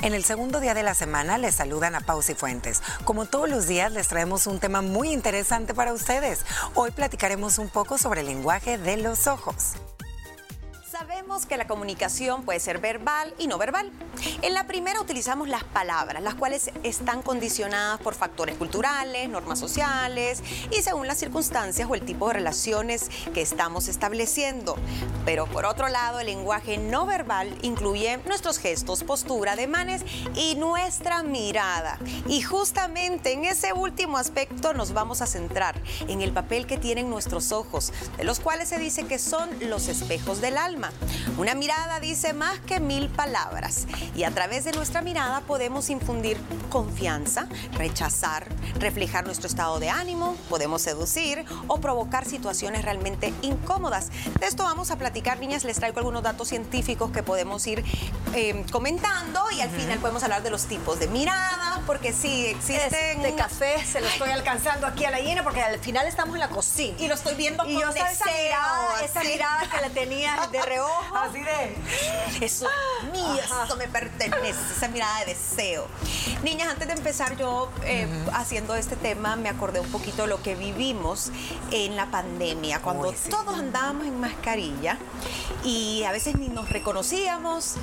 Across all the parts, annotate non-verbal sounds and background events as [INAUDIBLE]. En el segundo día de la semana les saludan a Paus y Fuentes. Como todos los días les traemos un tema muy interesante para ustedes. Hoy platicaremos un poco sobre el lenguaje de los ojos. Sabemos que la comunicación puede ser verbal y no verbal. En la primera utilizamos las palabras, las cuales están condicionadas por factores culturales, normas sociales y según las circunstancias o el tipo de relaciones que estamos estableciendo. Pero por otro lado, el lenguaje no verbal incluye nuestros gestos, postura, ademanes y nuestra mirada. Y justamente en ese último aspecto nos vamos a centrar en el papel que tienen nuestros ojos, de los cuales se dice que son los espejos del alma. Una mirada dice más que mil palabras y a través de nuestra mirada podemos infundir confianza, rechazar, reflejar nuestro estado de ánimo, podemos seducir o provocar situaciones realmente incómodas. De esto vamos a platicar, niñas, les traigo algunos datos científicos que podemos ir eh, comentando y al final podemos hablar de los tipos de miradas, porque sí, existen... Este café se lo estoy alcanzando aquí a la llena porque al final estamos en la cocina. Y lo estoy viendo Y con yo estaba esa deseo, mirada, esa así. mirada que la tenías de reojo. [LAUGHS] Así de. Eso es mío, eso me pertenece, esa mirada de deseo. Niñas, antes de empezar yo eh, haciendo este tema, me acordé un poquito de lo que vivimos en la pandemia, cuando Uy, sí. todos andábamos en mascarilla y a veces ni nos reconocíamos.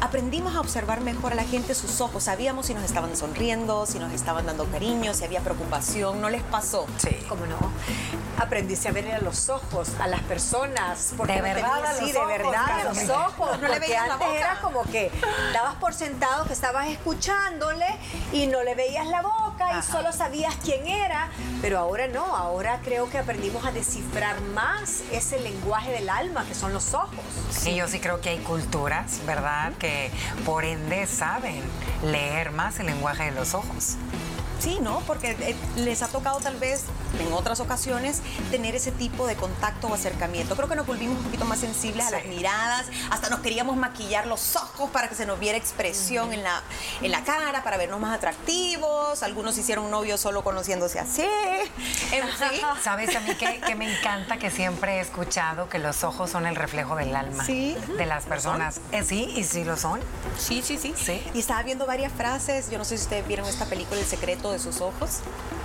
Aprendimos a observar mejor a la gente sus ojos, sabíamos si nos estaban sonriendo, si nos estaban dando cariño, si había preocupación, no les pasó. Sí. ¿Cómo no? Aprendiste a verle a los ojos, a las personas. Porque De no verdad, tenía- a los sí, de ojos, verdad, a Carmen. los ojos. No le porque veías la antes boca. era como que dabas por sentado que estabas escuchándole y no le veías la boca y solo sabías quién era. Pero ahora no, ahora creo que aprendimos a descifrar más ese lenguaje del alma que son los ojos. Y yo sí creo que hay culturas, ¿verdad? Que por ende saben leer más el lenguaje de los ojos. Sí, ¿no? Porque eh, les ha tocado tal vez en otras ocasiones tener ese tipo de contacto o acercamiento. Creo que nos volvimos un poquito más sensibles a las Sí. miradas, hasta nos queríamos maquillar los ojos para que se nos viera expresión en, la, en la cara, para vernos más atractivos. Algunos hicieron novio solo conociéndose así. En fin. [LAUGHS] ¿Sabes a mí que, que me encanta que siempre he escuchado que los ojos son el reflejo del alma Sí. de las personas? Eh, sí, y sí lo son. [LAUGHS] Sí, sí, sí, Sí. Y estaba viendo varias frases. Yo no sé si ustedes vieron esta película El secreto de sus ojos.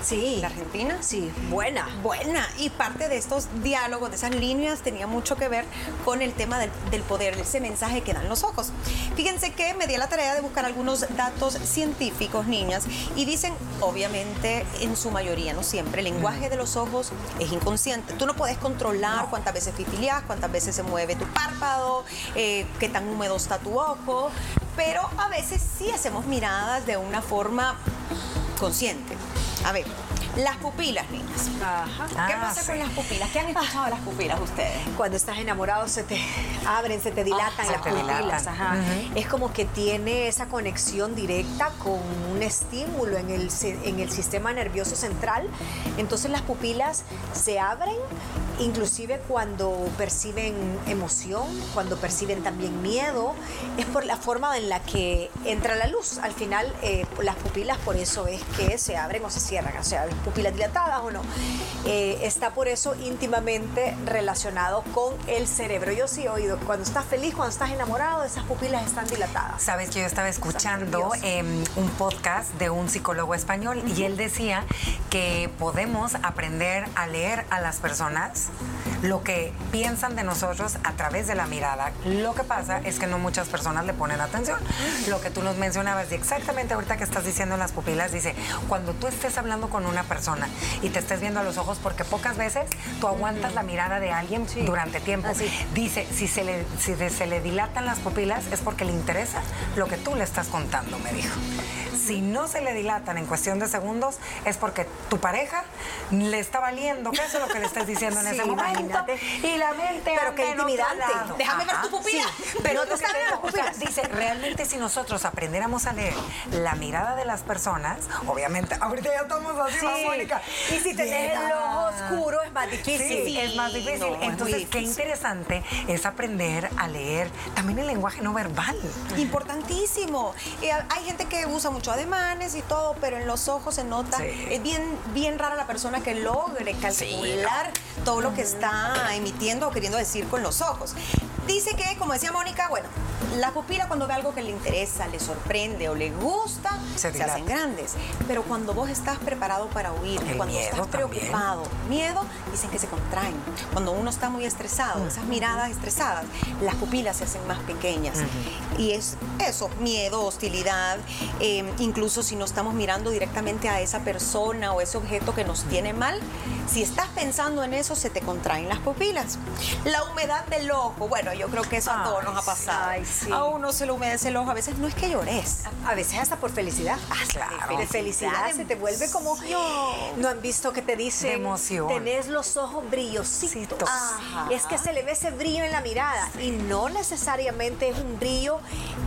Sí. ¿La Argentina? Sí, buena. Buena, y parte de estos diálogos, de esas líneas, tenía mucho que ver con el tema del, del poder, ese mensaje que dan los ojos. Fíjense que me di a la tarea de buscar algunos datos científicos, niñas, y dicen, obviamente, en su mayoría, no siempre, el lenguaje de los ojos es inconsciente. Tú no puedes controlar cuántas veces fitileas, cuántas veces se mueve tu párpado, eh, qué tan húmedo está tu ojo, pero a veces sí hacemos miradas de una forma consciente. A ver, las pupilas, niñas. Ajá. ¿Qué Ah, pasa con sí. las pupilas? ¿Qué han escuchado de las pupilas ustedes? cuando estás enamorado se te abren, se te dilatan Ah, se las te pupilas. dilatan. ajá. Es como que tiene esa conexión directa con un estímulo en el, si- en el sistema nervioso central. Entonces las pupilas se abren, inclusive cuando perciben emoción, cuando perciben también miedo. Es por la forma en la que entra la luz. Al final eh, las pupilas por eso es que se abren o se cierran, o sea, las pupilas dilatadas o no. Eh, está por eso íntimamente relacionado con el cerebro. Yo sí he oído, cuando estás feliz, cuando estás enamorado, esas pupilas están dilatadas. Sabes que yo estaba escuchando nervioso. em, un podcast de un psicólogo español y él decía que podemos aprender a leer a las personas lo que piensan de nosotros a través de la mirada. Lo que pasa es que no muchas personas le ponen atención. Lo que tú nos mencionabas de exactamente ahorita que estás diciendo en las pupilas, dice, cuando tú estés hablando con una persona y te estés viendo a los ojos, porque pocas veces tú aguantas la mirada de alguien durante tiempo. Así. Dice, si se, le, si de- se le dilatan las pupilas es porque le interesa lo que tú le estás contando, me dijo. Si no se le dilatan en cuestión de segundos es porque tu pareja le está valiendo que eso es lo que le estás diciendo en Sí, ese momento. imagínate. Y la mente Pero anda qué en otro intimidante. lado. Déjame ver tu pupila. Pero No lo te que te están viendo digo, las o sea, pupilas. dice, realmente si nosotros aprendiéramos a leer la mirada de las personas, obviamente, ahorita ya estamos así, ¿va, Mónica. Ah, Y si tenés el Llega. ojo oscuro es más difícil. Sí, Sí, es más difícil. no, es muy Entonces, qué difícil. interesante es aprender a leer también el lenguaje no verbal. Importantísimo. Eh, hay gente que usa mucho ademanes y todo, pero en los ojos se nota. Sí. Es bien, bien rara la persona que logre calcular todo lo que está emitiendo o queriendo decir con los ojos. Dice que, como decía Mónica, bueno, Las pupilas cuando ve algo que le interesa, le sorprende o le gusta, Se se, dilata. hacen grandes. Pero cuando vos estás preparado para huir, El cuando miedo estás también. preocupado, miedo, dicen que se contraen. Cuando uno está muy Mm. estresado, esas miradas estresadas, las pupilas se hacen más pequeñas. Y es eso, miedo, hostilidad, eh, incluso si no estamos mirando directamente a esa persona o ese objeto que Mm. nos tiene mal, si estás pensando en eso, se te contraen las pupilas. La humedad del ojo, bueno, yo creo que eso a todos Ay, nos ha sí. pasado. Ay, sí. A uno se le humedece el ojo, a veces no es que llores. A veces hasta por felicidad. Ah, Claro. De felicidad se te vuelve como. No han visto que te dicen. De emoción. Tenés los ojos brillositos. Citos. Ajá. Es que se le ve ese brillo en la mirada. Y no necesariamente es un brillo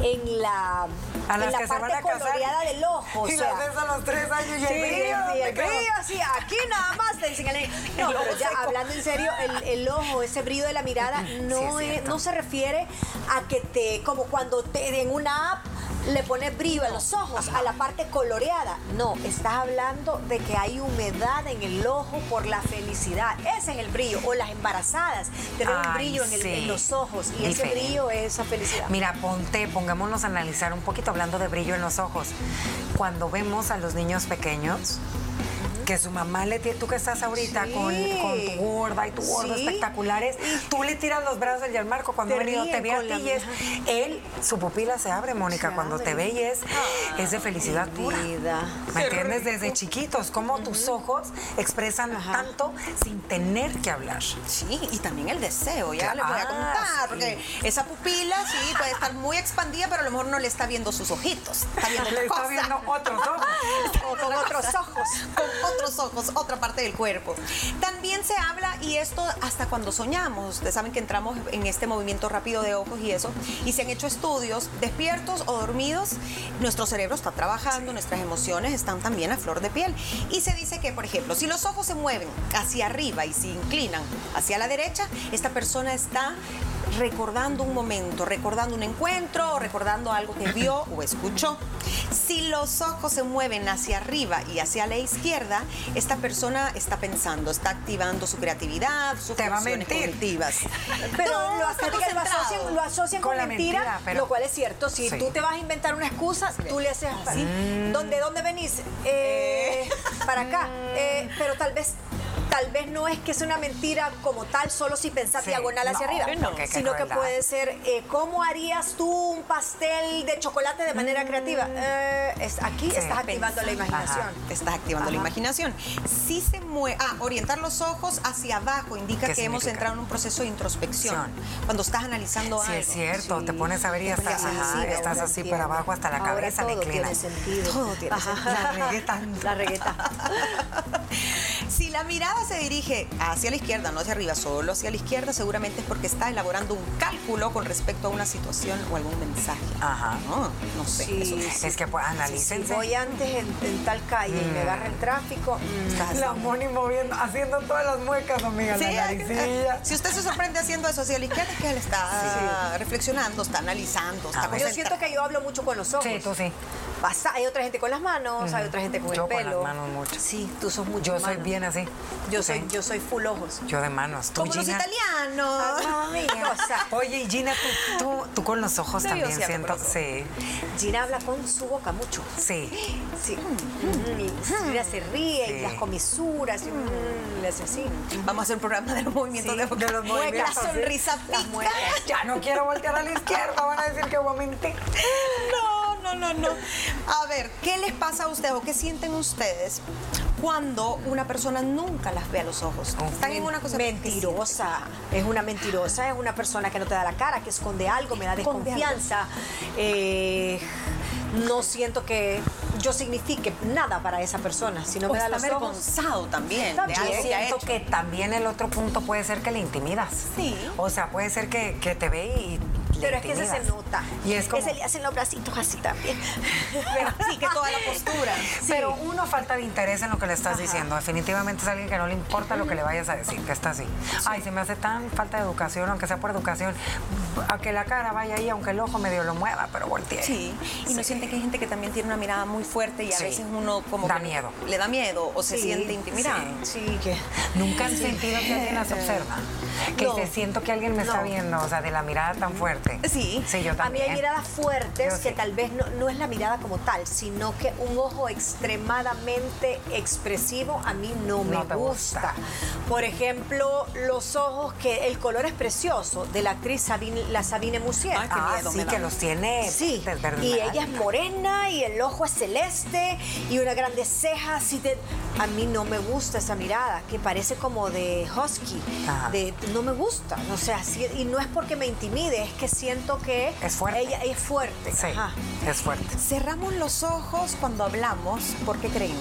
en la, A en las la que se parte van a casar. coloreada del ojo. o [LAUGHS] Y sea, las ves a los tres años y Sí, el brillo, sí, el te quedas. brillo, sí, aquí nada más te dicen el- No, ojo pero ya seco. hablando en serio, el, el ojo, ese brillo de la mirada, no, Sí, es es- cierto. no se refiere a que te, como cuando te en una app le pones brillo a los ojos, a la parte coloreada. No, estás hablando de que hay humedad en el ojo por la felicidad. Ese es el brillo. O las embarazadas, tener un Ay, brillo en, el- sí. en los ojos. Y ese Diferente. brillo es esa felicidad. Mira, ponte, pongámonos a analizar un poquito hablando de brillo en los ojos. Cuando vemos a los niños pequeños, que su mamá le tira, tú que estás ahorita Sí. con, con tu gorda y tu gordo Sí. espectaculares, tú le tiras los brazos al Marco cuando Te ha venido, te ríen ve a con la ti y es, él, su pupila se abre, Mónica, Se cuando te abre. Ah, ve y es, es de felicidad pura. Vida. ¿Me entiendes? Desde chiquitos, cómo tus ojos expresan tanto sin tener que hablar. Sí, y también el deseo, ya les voy a Ah, contar, sí. porque esa pupila sí puede estar muy expandida, pero a lo mejor no le está viendo sus ojitos, está [LAUGHS] viendo Le otra está cosa. viendo otros ojos. [LAUGHS] O con otros ojos, con otros ojos, otra parte del cuerpo. También se habla, y esto hasta cuando soñamos, ustedes saben que entramos en este movimiento rápido de ojos y eso, y se han hecho estudios, despiertos o dormidos, nuestro cerebro está trabajando, nuestras emociones están también a flor de piel. Y se dice que, por ejemplo, si los ojos se mueven hacia arriba y se inclinan hacia la derecha, esta persona está recordando un momento, recordando un encuentro o recordando algo que vio o escuchó. Si los ojos se mueven hacia arriba y hacia la izquierda, esta persona está pensando, está activando su creatividad, sus Te va a funciones mentir. cognitivas. Pero Todo lo, está acercan- lo concentrado. asocian, lo asocian con, Con la mentira, mentira, pero- lo cual es cierto. Si Sí. Mm. tú te vas a inventar una excusa, tú le haces así. ¿Dónde, dónde venís? Eh, para acá. Mm. Eh, pero tal vez... Tal vez no es que es una mentira como tal, solo si pensás Sí, diagonal hacia no, arriba, no, que- que sino que crueldad. puede ser, eh, ¿cómo harías tú un pastel de chocolate de manera creativa? Eh, es, aquí Mm. Sí. estás activando la imaginación. Te estás activando la Ajá. imaginación. Si se mueve, ah, orientar los ojos hacia abajo indica que ¿Qué hemos significa? entrado en un proceso de introspección. Cuando estás analizando Sí, algo. es cierto, te pones a ver y estás, pones ajá, sensible, estás ahora así entiendo. para abajo hasta la Ahora cabeza le todo inclina. tiene sentido. Todo tiene La regueta. La regueta. Si la mirada se dirige hacia la izquierda, no hacia arriba, solo hacia la izquierda, seguramente es porque está elaborando un cálculo con respecto a una situación o algún mensaje. Ajá. No, no sé. Sí, eso- sí, Es que pues, Si analícense. voy antes en, en tal calle y me agarra el tráfico, mm. Estás La Moni moviendo, haciendo todas las muecas, amiga, Sí, la naricilla. si usted se sorprende haciendo eso hacia la izquierda, es que él está reflexionando, está analizando, está A ver. yo concentrado. siento que yo hablo mucho con los ojos. Sí, tú sí. Pasa- hay otra gente con las manos, hay otra gente con Yo el con las pelo. manos mucho. Sí, tú sos mucho. Yo soy mano. bien así. Yo Sí. soy, yo soy full ojos. Yo de manos. ¿Tú, Como los Gina? italianos. Ay, [LAUGHS] o sea, Oye, y Gina, tú, tú, tú con los ojos Sí, yo también sí hablo siento. con los Sí, Gina habla con su boca mucho. sí. [LAUGHS] Sí. Mm, Mira, se ríe y Sí. las comisuras. y, mm, le hace así. Vamos a hacer un programa de los movimientos Sí, de, de los movimientos, La sí. sonrisa Las pica. muecas. Ya no quiero voltear a la izquierda, van a decir que voy a mentir. No, no, no, no. A ver, ¿qué les pasa a ustedes o qué sienten ustedes cuando una persona nunca las ve a los ojos? Están en una cosa mentirosa. Es una mentirosa, es una persona que no te da la cara, que esconde algo, me da Esconde desconfianza. Eh, no siento que yo signifique nada para esa persona, si no O me da está los ojos. avergonzado también de Yo algo que ha siento hecho. que también el otro punto puede ser que le intimidas. Sí. O sea, puede ser que, que te ve y. le Pero es que ese se intimidas. nota. Y es como. Ese le hacen los bracitos así también. [LAUGHS] Sí, que toda [LAUGHS] la postura. Sí. Pero uno falta de interés en lo que le estás diciendo. Definitivamente es alguien que no le importa lo que le vayas a decir, que está así. Ay, se me hace tan falta de educación, aunque sea por educación, a que la cara vaya ahí, aunque el ojo medio lo mueva, pero voltee. Sí, y no siente que hay gente que también tiene una mirada muy fuerte y a Sí. veces uno como Da que miedo. le da miedo o se Sí, siente intimidado. Sí, que. Nunca han sentido que alguien las observa. Que No. dice, siento que alguien me está No. viendo, o sea, de la mirada tan fuerte. Sí. Sí, yo A mí también. hay miradas fuertes Yo que sí. tal vez no, no es la mirada como tal, sino que un ojo extremadamente expresivo a mí no me No te gusta. gusta. Por ejemplo, los ojos que el color es precioso de la actriz Sabine, la Sabine Musier. Ay, qué Ah, miedo sí, me da. que los tiene. Sí, de verdad. y ella es morena y el ojo es celeste y una grande ceja. Así te... A mí no me gusta esa mirada, que parece como de husky. Ajá. De, no me gusta, no sé, así, y no es porque me intimide, es que siento que Es fuerte. ella es fuerte. Sí, Eh, ajá. es fuerte. Cerramos los ojos cuando hablamos, ¿por qué creen?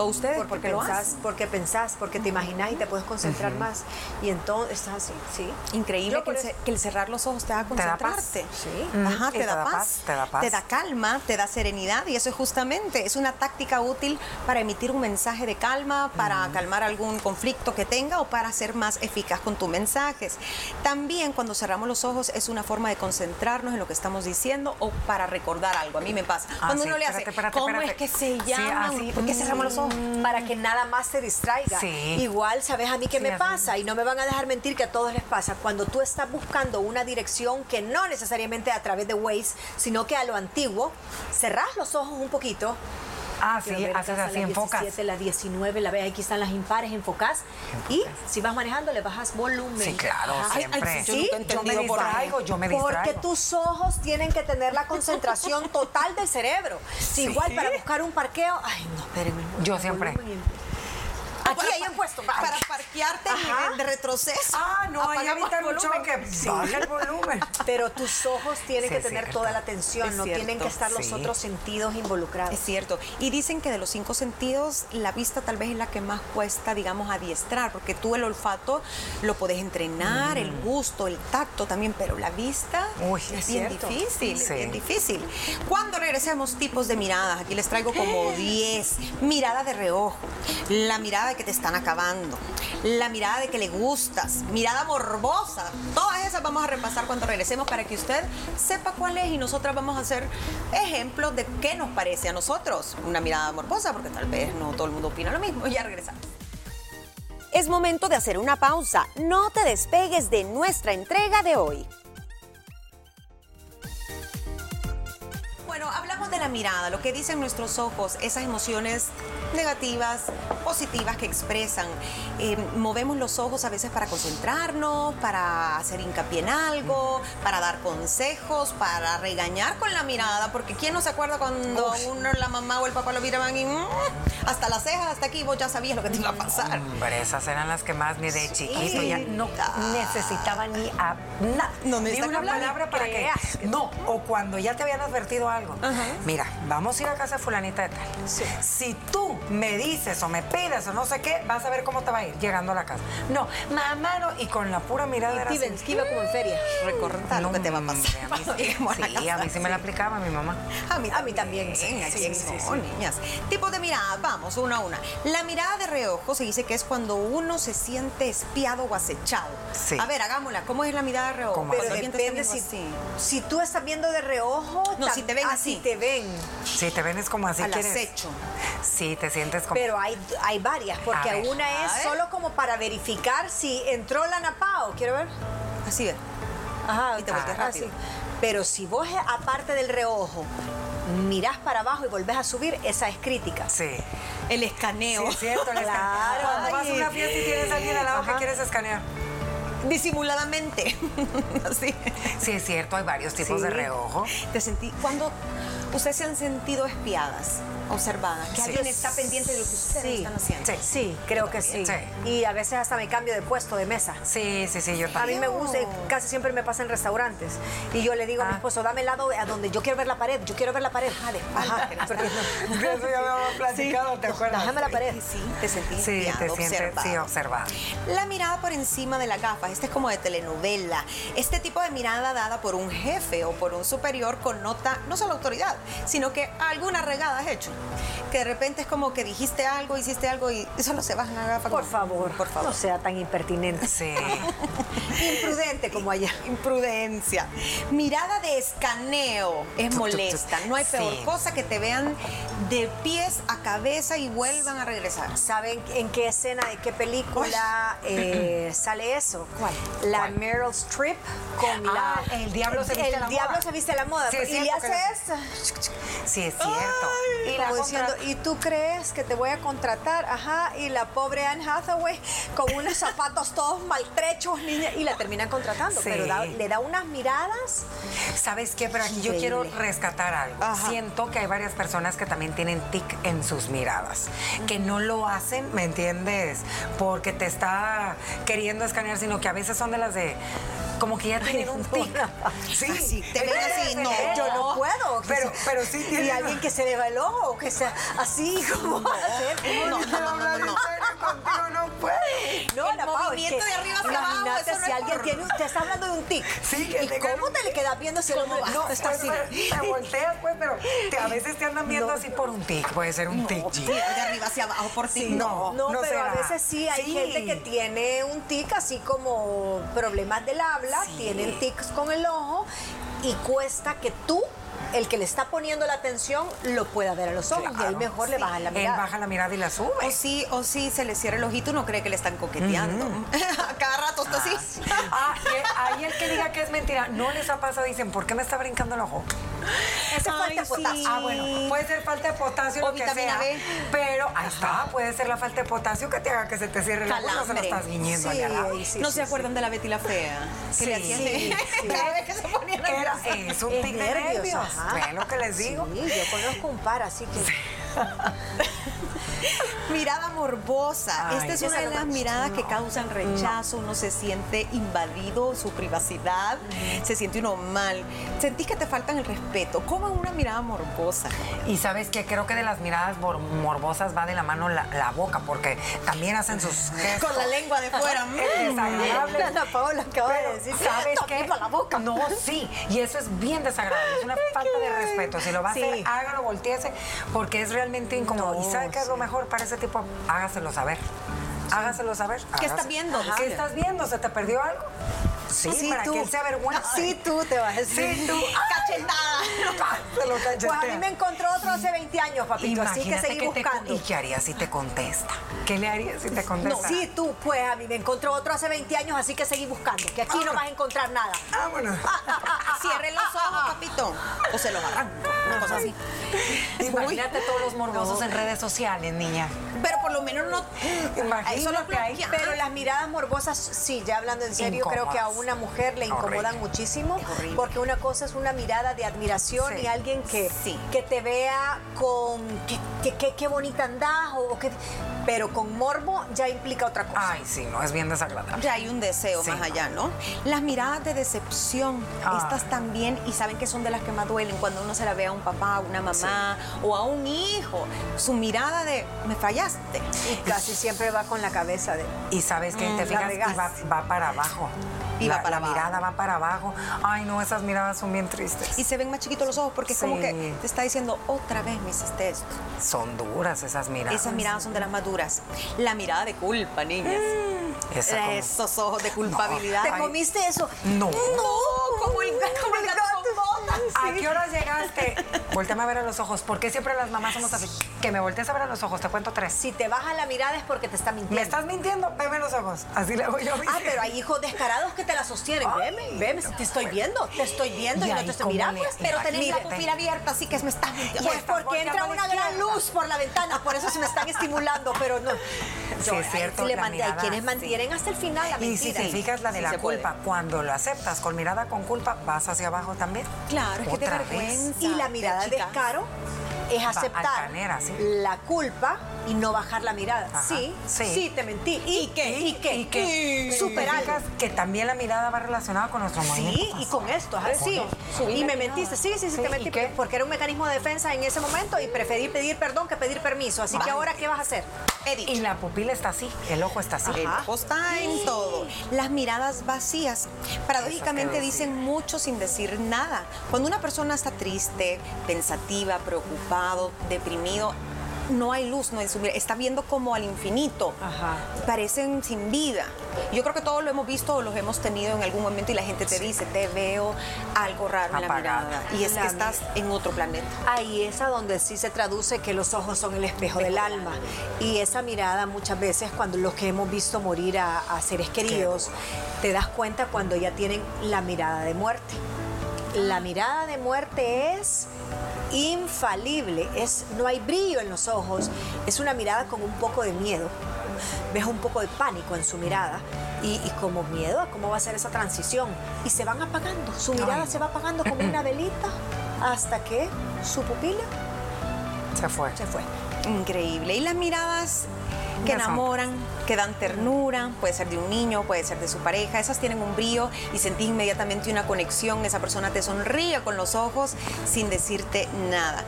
¿O ustedes? Porque, ¿Por qué lo pensás, hacen? porque pensás, porque te imaginas y te puedes concentrar más. Y entonces estás así, sí. Increíble Yo que por el, eso- ce- que el cerrar los ojos te haga da paz. concentrarte. Sí. Ajá, Y te, da paz, te da paz. Te da calma, te da serenidad y eso es justamente, es una táctica útil para emitir un mensaje de calma, para calmar algún conflicto que tenga o para ser más eficaz con tus mensajes. También cuando cerramos los ojos es una forma de concentrarnos en lo que estamos diciendo o para recordar algo. A mí me pasa. Ah, cuando sí, uno le hace, espérate, espérate, ¿cómo espérate". es que se Sí, llama? así, ¿Por qué cerramos los ojos? para que nada más te distraiga. Sí. Igual, ¿sabes a mí qué Sí, me así. pasa? Y no me van a dejar mentir que a todos les pasa. Cuando tú estás buscando una dirección que no necesariamente a través de Waze, sino que a lo antiguo, cerrás los ojos un poquito. Ah, Quiero sí, ver haces acá así, la enfocas. 17, la 19, la ve aquí están las impares, enfocás. Y si vas manejando, le bajas volumen. Sí, claro, Ajá. Ay, ay, siempre. sí, yo nunca he yo me entendido por qué. distraigo, yo me distraigo. Porque tus ojos tienen que tener [LAUGHS] la concentración total del cerebro. Si Igual para buscar un parqueo, ay, no, espérenme. Yo siempre. volumen y- Aquí hay un puesto. va. Para parquearte Ajá. en el retroceso. Ah, no, ahí Apagamos ahorita el mucho volumen. que baja el volumen. Pero tus ojos tienen Sí, que es tener cierto. toda la atención, Es no tienen cierto, que estar los sí. otros sentidos involucrados. Es cierto. Y dicen que de los cinco sentidos, la vista tal vez es la que más cuesta, digamos, adiestrar, porque tú el olfato lo podés entrenar, el gusto, el tacto también, pero la vista Uy, es es bien cierto. difícil, es Sí. bien difícil. Cuando regresemos, tipos de miradas. Aquí les [GASPS] traigo como 10. Mirada de reojo, la mirada de que te están acabando, la mirada de que le gustas, mirada morbosa. Todas esas vamos a repasar cuando regresemos para que usted sepa cuál es y nosotras vamos a hacer ejemplos de qué nos parece a nosotros una mirada morbosa, porque tal vez no todo el mundo opina lo mismo. Ya regresamos. Es momento de hacer una pausa. No te despegues de nuestra entrega de hoy. Bueno, hablamos de la mirada, lo que dicen nuestros ojos, esas emociones negativas, positivas que expresan. Eh, movemos los ojos a veces para concentrarnos, para hacer hincapié en algo, para dar consejos, para regañar con la mirada, porque ¿quién no se acuerda cuando uno, la mamá o el papá lo miraban y mm, hasta las cejas, hasta aquí, vos ya sabías lo que te iba a pasar? Hombre, esas eran las que más ni de chiquito ya no necesitaba ni a na- No ni necesitan una hablar, palabra para que no o cuando ya te habían advertido algo. Mira, vamos a ir a casa de fulanita de tal. Si tú me dices o me pides o no sé qué, vas a ver cómo te va a ir llegando a la casa. No, mamá no y con la pura mirada era Steven, así. que iba como en feria. Recordar lo que te va a pasar. Hombre, [LAUGHS] cuando Mm, a mí, lleguemos a la sí, a mí casa. sí me la aplicaba mi mamá. A mí, A mí también, también, sí, sí, aquí sí, en sí, son, niñas. Tipos de mirada, vamos, una a una. La mirada de reojo se dice que es cuando uno se siente espiado o acechado. Sí. A ver, hagámosla. ¿Cómo es la mirada de reojo? ¿Cómo? Cuando Pero alguien te está depende si, mirando así. si tú estás viendo de reojo, No, tam- si te ven ah, así. si te ven. Si te ven es como así Al quieres. acecho. Sí, te sientes como Pero hay, hay varias, porque A ver, una a es ver. solo como para verificar si entró la napao. Quiero ver. Así ve. Ajá, Y te volteas ah, rápido. sí. Pero si vos, eh, aparte del reojo, mirás para abajo y volvés a subir, esa es crítica. Sí. El Sí, escaneo. es cierto, [LAUGHS] el escaneo. Claro. Cuando vas a una fiesta y tienes a alguien al lado que quieres escanear. [LAUGHS] Disimuladamente. [LAUGHS] así. Sí, es cierto, hay varios tipos Sí. de reojo. Te sentí. Cuando ustedes se han sentido espiadas, observadas, que Sí. alguien está pendiente de lo que ustedes Sí. están haciendo. Sí. Sí, creo que sí. Sí. Y a veces hasta me cambio de puesto, de mesa. Sí, sí, sí, yo A mí también. me gusta, casi siempre me pasa en restaurantes. Y yo le digo a Ah. mi esposo, dame el lado a donde yo quiero ver la pared, yo quiero ver la pared. Ah, de espalda. porque- De [LAUGHS] [LAUGHS] eso ya habíamos platicado, ¿te acuerdas? Déjame la pared. Sí, te sentí Sí, espiado, te sientes, observada. sí, observada. La mirada por encima de la gafa, ropas, este es como de telenovela. Este tipo de mirada dada por un jefe o por un superior connota no solo autoridad, sino que alguna regada has hecho. Que de repente es como que dijiste algo, hiciste algo y solo se bajan a la gafa Por como, favor, por favor. no sea tan impertinente. Sí. Imprudente como allá. [LAUGHS] Imprudencia. Mirada de escaneo es Tuc, tuc, tuc. molesta. No hay peor Sí. cosa que te vean de pies a cabeza y vuelvan a regresar. ¿Saben en qué escena, de qué película eh, sale eso? ¿Cuál? La ¿Cuál? Meryl Streep con Ah, la... el diablo se viste el a la diablo moda. se viste a la moda. Sí, es y le cierto hace que eso. Sí, es cierto. Y la contra- diciendo, ¿y tú crees que te voy a contratar? Ajá, y la pobre Anne Hathaway con [LAUGHS] unos zapatos todos maltrechos, niña, y la terminan contratando. Sí. Pero da- le da unas miradas. ¿Sabes qué? Pero aquí yo quiero Increíble. rescatar algo. Ajá. Siento que hay varias personas que también tienen tic en sus miradas, que no lo hacen, ¿me entiendes? Porque te está queriendo escanear, sino que a veces son de las de... Como que ya tienen un tic. Ah, Sí, Así, te ven así, no, Yo no puedo. que Pero, se- pero sí tienen... Y alguien que se le va el ojo, que sea así como... No, no, no, [LAUGHS] no, no. contigo no puede. No, El la Pau, es movimiento que de arriba hacia abajo, imagínate eso no si es alguien por- tiene un, te está hablando de un tic. Sí, que ¿Y tenga cómo un- te le quedas viendo si el ojo No, no, está pues, así? Te volteas, pues, pero te- a veces te andan viendo No. así por un tic. Puede ser un tic, Sí, G. de arriba hacia abajo por ti. Sí, no. No, pero será. a veces sí hay Sí. gente que tiene un tic, así como problemas del habla, Sí. tienen tics con el ojo y cuesta que tú, el que le está poniendo la atención, lo pueda ver a los ojos y ahí Claro, mejor le sí. bajas la Él mirada. baja la mirada y la sube. O sí, o sí, se le cierra el ojito y no cree que le están coqueteando. [LAUGHS] A Cada rato está así. [LAUGHS] Ah, y el- ahí el que diga que es mentira, no les ha pasado, dicen, ¿por qué me está brincando el ojo? Esa falta Ay, de potasio. sí. Ah, bueno, puede ser falta de potasio O lo que vitamina sea, B. Pero ahí está, puede ser la falta de potasio que te haga que se te cierre el ojo, no se lo Calambre. estás guiñendo Sí, allá al lado. ahí sí, ¿No sí, se sí. acuerdan de la Betty la Fea? Que le Sí, hacían sí, [LAUGHS] cada vez que se ponían Era, es un Es tic de nervios. ajá. Ve lo que les digo. Sí, yo conozco un par, así que... Mirada morbosa. Ay, Esta es esa una de no las me- miradas que causan rechazo. Uno se siente invadido, su privacidad. Se siente uno mal. Sentís que te faltan el respeto. ¿Cómo es una mirada morbosa? Y sabes que creo que de las miradas mor- morbosas va de la mano la, la boca, porque también hacen sus gestos. [LAUGHS] Con la lengua de fuera. [LAUGHS] mm. desagradable. Ana Paola acaba de decir, ¿Sabes qué? "Tapipa la boca. No, sí. Y eso es bien desagradable. Es una falta de respeto. Si lo va a hacer, Sí. hágalo, volteese, porque es realmente incómodo. No, ¿Y sabe qué es lo mejor para ese tipo? Hágaselo saber. Hágaselo saber. ¿Qué Hágase- estás viendo? ¿Qué estás viendo? ¿Se te perdió algo? Sí, Sí, para tú. que él se avergüence. [LAUGHS] Sí, tú te vas a decir. Sí, tú. Cachetada. Se lo Pues a mí cachetea. me encontró otro hace 20 años, papito, así que Imagínate seguí que te- buscando. ¿Y qué harías si te contesta? ¿Qué le harías si te No, contesta? sí, tú, pues a mí me encontró otro hace 20 años, así que seguí buscando, que aquí no vas a encontrar nada. Vámonos. Ah, Cierren los ojos, papito. O se los arranco. Una cosa así. Imagínate todos los morbosos en redes sociales, niña. Pero por lo menos no. Imagínate Eso lo que hay- bloquea. Pero las miradas morbosas, sí, ya hablando en serio, creo que a Incómodas. una mujer le incomodan Horrible. muchísimo, Horrible. porque una cosa es una mirada de admiración Sí. y alguien que, Sí. que te vea con que, que- que- qué bonita andás, o, o que, pero con morbo ya implica otra cosa. Ay, sí, no, es bien desagradable. Ya hay un deseo Sí. más allá, ¿no? Las miradas de decepción, Ah. estas también, y saben que son de las que más duelen cuando uno se la ve a un papá, a una mamá o a un hijo. Su mirada de, me fallaste. Y casi siempre va con la cabeza de... Y sabes que te la fijas y va, regás. va para abajo. Mm, Y la, va para la abajo. mirada va para abajo. Ay, no, esas miradas son bien tristes. Y se ven más chiquitos los ojos porque es como Sí. que te está diciendo, otra vez me hiciste esto. son duras esas miradas. Esas miradas son de las más duras. La mirada de culpa, niñas. Mm. Esa como- Esos ojos de culpabilidad. ¿Te Ay, comiste eso? No. No, como el, como el gato con ¿A qué horas llegaste? Volteame a ver a los ojos. ¿Por qué siempre las mamás somos así? Que me voltees a ver a los ojos, te cuento tres. Si te baja la mirada es porque te está mintiendo. ¿Me estás mintiendo? Veme los ojos. Así le voy yo. a mi Ah, hija. pero hay hijos descarados que te la sostienen. Ay, Veme, veme, te estoy viendo, te estoy viendo y, Y no ahí te estoy cómo mirando. le- Pues, Pero tenés la Mírate. pupila abierta, así que me estás mintiendo. Pues Estás porque entra volteando una a la gran izquierda. luz por la ventana, por eso se me están estimulando, pero no. Sí, es cierto, Le la mandé, mirada, quienes sí. mantienen hasta el final la Y si mentira. te fijas la de sí la se puede. culpa, cuando lo aceptas con mirada con culpa, vas hacia abajo también. Claro, es que te Otra vergüenza. vez. Y la mirada de Chica. descaro es aceptar altanera, sí. la culpa y no bajar la mirada. Ajá, Sí, sí, sí. te mentí. ¿Y, qué? ¿Y qué? Y que Superar te fijas que también la mirada va relacionada con nuestro movimiento. Sí, y con esto, ajá, Con sí. esto. Y me mentiste, sí, sí, sí, Sí, te ¿y mentí. qué? Porque era un mecanismo de defensa en ese momento y preferí pedir perdón que pedir permiso. Así que ahora, ¿qué vas a hacer? he dicho. Y la pupila está así, el ojo está así. El ojo está en todo. Las miradas vacías. Paradójicamente quedó dicen mucho sin decir nada. Cuando una persona está triste, pensativa, preocupado, deprimido, no hay luz, no hay su mirada. Está viendo como al infinito. Ajá. Parecen sin vida. Yo creo que todos lo hemos visto o los hemos tenido en algún momento y la gente te dice, te veo algo raro Apagada. en la mirada. Y es La que estás en otro planeta. Ahí es a donde sí se traduce que los ojos son el espejo del alma. Y esa mirada muchas veces cuando los que hemos visto morir a, a seres queridos, te das cuenta cuando ya tienen la mirada de muerte. La mirada de muerte es infalible, es, no hay brillo en los ojos, es una mirada con un poco de miedo, ves un poco de pánico en su mirada y, y como miedo a cómo va a ser esa transición. Y se van apagando, su mirada se va apagando como una velita hasta que su pupila Se fue. se fue. Increíble. Y las miradas que Ya son. enamoran, que dan ternura, puede ser de un niño, puede ser de su pareja, esas tienen un brillo y sentís inmediatamente una conexión, esa persona te sonríe con los ojos sin decirte nada.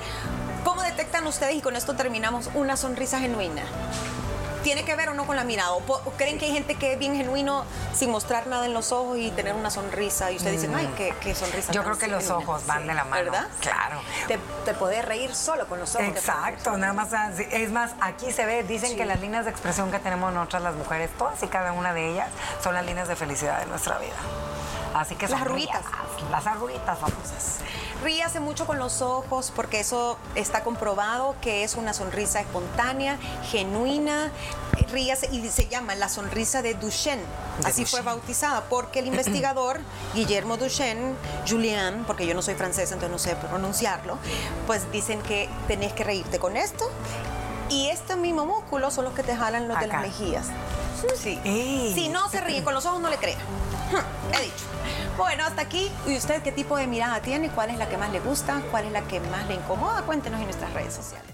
¿Cómo detectan ustedes, y con esto terminamos, una sonrisa genuina? ¿Tiene que ver o no con la mirada? ¿O po- o creen que hay gente que es bien genuino sin mostrar nada en los ojos y tener una sonrisa? Y ustedes dicen, ay, qué, qué sonrisa. Mm. Yo tan creo que los genuina". ojos van Sí. de la mano. ¿Verdad? Claro. Te, te podés reír solo con los ojos. te podés reír Exacto, nada más así. es más, aquí se ve, dicen que las líneas de expresión que tenemos nosotras las mujeres, todas y cada una de ellas, son las líneas de felicidad de nuestra vida. Así que Las sonrías, arruguitas. Las arruguitas famosas. Ríase mucho con los ojos porque eso está comprobado que es una sonrisa espontánea, genuina. Ríase y se llama la sonrisa de Duchenne. De Así fue Duchenne. bautizada [CLEARS THROAT] porque el investigador Guillermo Duchenne, Julián, porque yo no soy francesa, entonces no sé pronunciarlo, pues dicen que tenés que reírte con esto. Y este mismo músculo son los que te jalan los de las Acá. mejillas. Sí. Ey. Si no se ríe con los ojos, no le crea. He dicho. Bueno, hasta aquí. ¿Y usted qué tipo de mirada tiene? ¿Cuál es la que más le gusta? ¿Cuál es la que más le incomoda? Cuéntenos en nuestras redes sociales.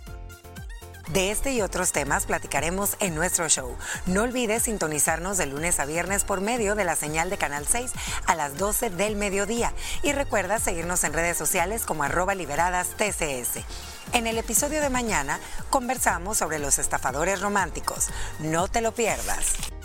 De este y otros temas platicaremos en nuestro show. No olvides sintonizarnos de lunes a viernes por medio de la señal de Canal 6 a las 12 del mediodía y recuerda seguirnos en redes sociales como arroba liberadas TCS. En el episodio de mañana conversamos sobre los estafadores románticos. No te lo pierdas.